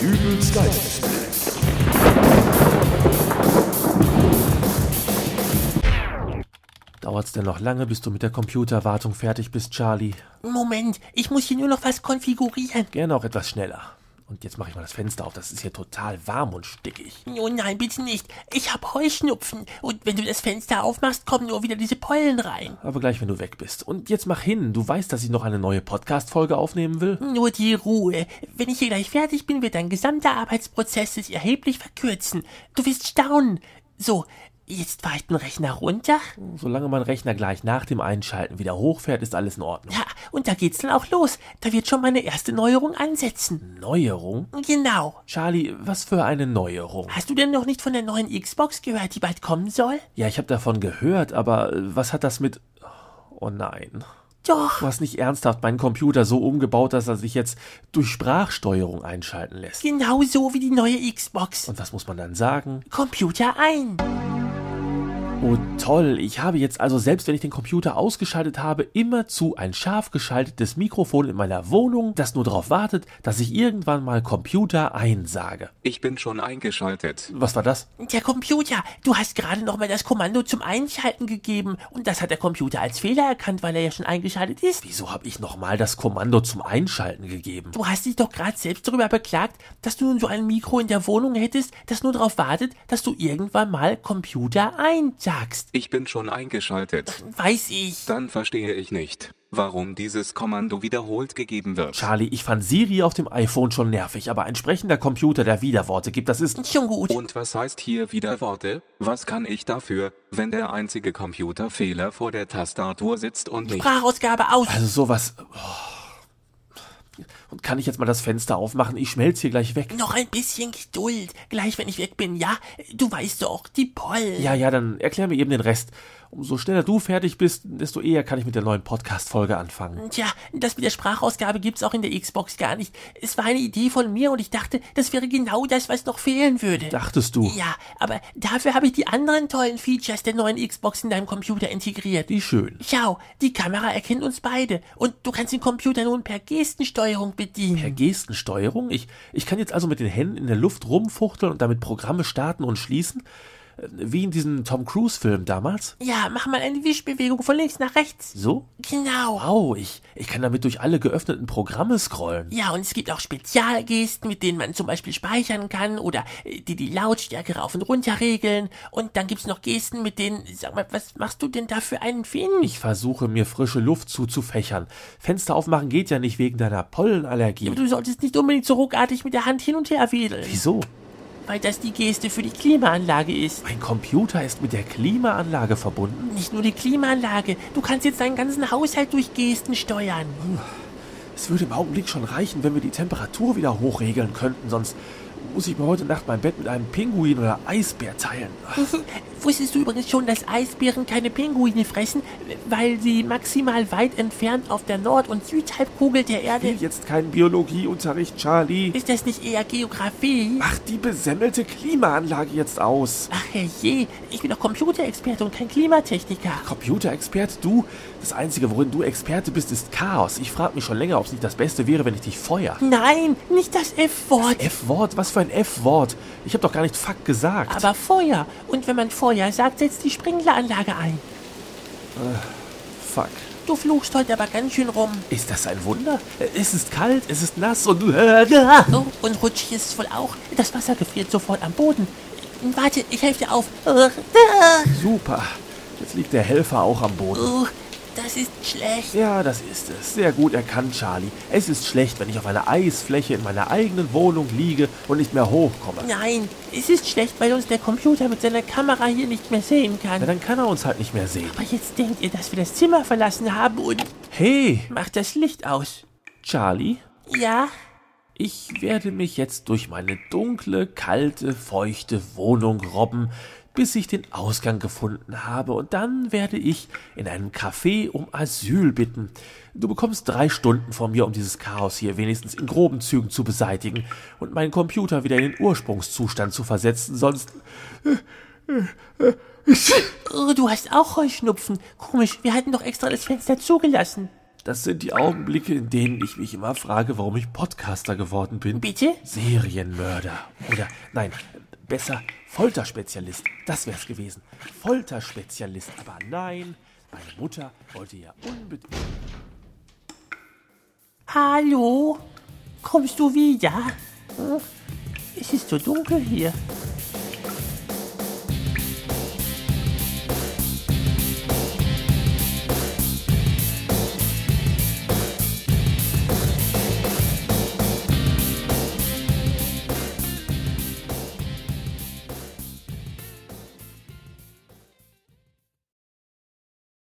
Übels Geist. Dauert's denn noch lange, bis du mit der Computerwartung fertig bist, Charlie? Moment, ich muss hier nur noch was konfigurieren. Gerne auch etwas schneller. Und jetzt mache ich mal das Fenster auf, das ist hier total warm und stickig. Oh nein, bitte nicht. Ich hab Heuschnupfen. Und wenn du das Fenster aufmachst, kommen nur wieder diese Pollen rein. Aber gleich, wenn du weg bist. Und jetzt mach hin, du weißt, dass ich noch eine neue Podcast-Folge aufnehmen will? Nur die Ruhe. Wenn ich hier gleich fertig bin, wird dein gesamter Arbeitsprozess sich erheblich verkürzen. Du wirst staunen. So, jetzt fahre ich den Rechner runter. Solange mein Rechner gleich nach dem Einschalten wieder hochfährt, ist alles in Ordnung. Ja, und da geht's dann auch los. Da wird schon meine erste Neuerung ansetzen. Neuerung? Genau. Charlie, was für eine Neuerung? Hast du denn noch nicht von der neuen Xbox gehört, die bald kommen soll? Ja, ich habe davon gehört, aber äh, was hat das mit... Oh nein. Doch. Du hast nicht ernsthaft meinen Computer so umgebaut, dass er sich jetzt durch Sprachsteuerung einschalten lässt. Genau so wie die neue Xbox. Und was muss man dann sagen? Computer ein. Oh toll, ich habe jetzt also selbst wenn ich den Computer ausgeschaltet habe, immerzu ein scharf geschaltetes Mikrofon in meiner Wohnung, das nur darauf wartet, dass ich irgendwann mal Computer einsage. Ich bin schon eingeschaltet. Was war das? Der Computer, du hast gerade nochmal das Kommando zum Einschalten gegeben und das hat der Computer als Fehler erkannt, weil er ja schon eingeschaltet ist. Wieso habe ich nochmal das Kommando zum Einschalten gegeben? Du hast dich doch gerade selbst darüber beklagt, dass du nun so ein Mikro in der Wohnung hättest, das nur darauf wartet, dass du irgendwann mal Computer einsagst. Ich bin schon eingeschaltet. Weiß ich. Dann verstehe ich nicht, warum dieses Kommando wiederholt gegeben wird. Charlie, ich fand Siri auf dem iPhone schon nervig, aber ein sprechender Computer, der Widerworte gibt, das ist... Schon gut. Und was heißt hier wieder Worte? Was kann ich dafür, wenn der einzige Computerfehler vor der Tastatur sitzt und nicht? Sprachausgabe aus. Also sowas... Und kann ich jetzt mal das Fenster aufmachen? Ich schmelze hier gleich weg. Noch ein bisschen Geduld. Gleich, wenn ich weg bin, ja? Du weißt doch, die Pollen. Ja, ja, dann erklär mir eben den Rest. Umso schneller du fertig bist, desto eher kann ich mit der neuen Podcast-Folge anfangen. Tja, das mit der Sprachausgabe gibt's auch in der Xbox gar nicht. Es war eine Idee von mir und ich dachte, das wäre genau das, was noch fehlen würde. Dachtest du? Ja, aber dafür habe ich die anderen tollen Features der neuen Xbox in deinem Computer integriert. Wie schön. Schau, die Kamera erkennt uns beide und du kannst den Computer nun per Gestensteuerung Per bedienen. Gestensteuerung? Ich, ich kann jetzt also mit den Händen in der Luft rumfuchteln und damit Programme starten und schließen? Äh, Wie in diesem Tom Cruise-Film damals? ja, mach mal eine Wischbewegung von links nach rechts. So? Genau. Wow, ich, ich kann damit durch alle geöffneten Programme scrollen. Ja, und es gibt auch Spezialgesten, mit denen man zum Beispiel speichern kann oder äh, die die Lautstärke rauf und runter regeln. Und dann gibt's noch Gesten, mit denen, sag mal, was machst du denn da für einen Finn? Ich versuche mir frische Luft zuzufächern. Fenster aufmachen geht ja nicht wegen deiner Pollenallergie. du solltest nicht unbedingt so ruckartig mit der Hand hin und her wedeln, Wieso? weil das die Geste für die Klimaanlage ist. Mein Computer ist mit der Klimaanlage verbunden? Nicht nur die Klimaanlage, du kannst jetzt deinen ganzen Haushalt durch Gesten steuern. Es würde im Augenblick schon reichen, wenn wir die Temperatur wieder hochregeln könnten, sonst muss ich mir heute Nacht mein Bett mit einem Pinguin oder Eisbär teilen. Ach, Wusstest du übrigens schon, dass Eisbären keine Pinguine fressen, weil sie maximal weit entfernt auf der Nord- und Südhalbkugel der Erde will jetzt keinen Biologieunterricht, Charlie. Ist das nicht eher Geografie? Mach die besemmelte Klimaanlage jetzt aus. Ach herrje, ich bin doch Computerexperte und kein Klimatechniker. Computerexpert, du? Das Einzige, worin du Experte bist, ist Chaos. Ich frage mich schon länger, ob es nicht das Beste wäre, wenn ich dich feuer. Nein, nicht das F-Wort, F-Wort? Was für ein F-Wort? Ich habe doch gar nicht Fuck gesagt. aber Feuer. Und wenn man Feuer sagt, setzt die Sprinkleranlage ein. Fuck. Du fluchst heute aber ganz schön rum. Ist das ein Wunder? Es ist kalt, es ist nass und... So, und rutschig ist es wohl auch. Das Wasser gefriert sofort am Boden. Warte, ich helfe dir auf. Super. Jetzt liegt der Helfer auch am Boden. Oh, Das ist schlecht. Ja, das ist es. Sehr gut erkannt, Charlie. Es ist schlecht, wenn ich auf einer Eisfläche in meiner eigenen Wohnung liege und nicht mehr hochkomme. Nein, es ist schlecht, weil uns der Computer mit seiner Kamera hier nicht mehr sehen Na, kann. dann kann er uns halt nicht mehr sehen. Aber jetzt denkt ihr, dass wir das Zimmer verlassen haben und Hey, macht das Licht aus. Charlie. Ja? Ich werde mich jetzt durch meine dunkle, kalte, feuchte Wohnung robben, bis ich den Ausgang gefunden habe und dann werde ich in einem Café um Asyl bitten. Du bekommst drei Stunden von mir, um dieses Chaos hier wenigstens in groben Zügen zu beseitigen und meinen Computer wieder in den Ursprungszustand zu versetzen, sonst... Oh, du hast auch Heuschnupfen. Komisch, wir hatten doch extra das Fenster zugelassen. Das sind die Augenblicke, in denen ich mich immer frage, warum ich Podcaster geworden bin. Bitte? Serienmörder. Oder, nein, besser Folterspezialist. Das wär's gewesen. Folterspezialist. Aber nein, meine Mutter wollte ja unbedingt. Hallo? Kommst du wieder? Hm? Es ist so dunkel hier.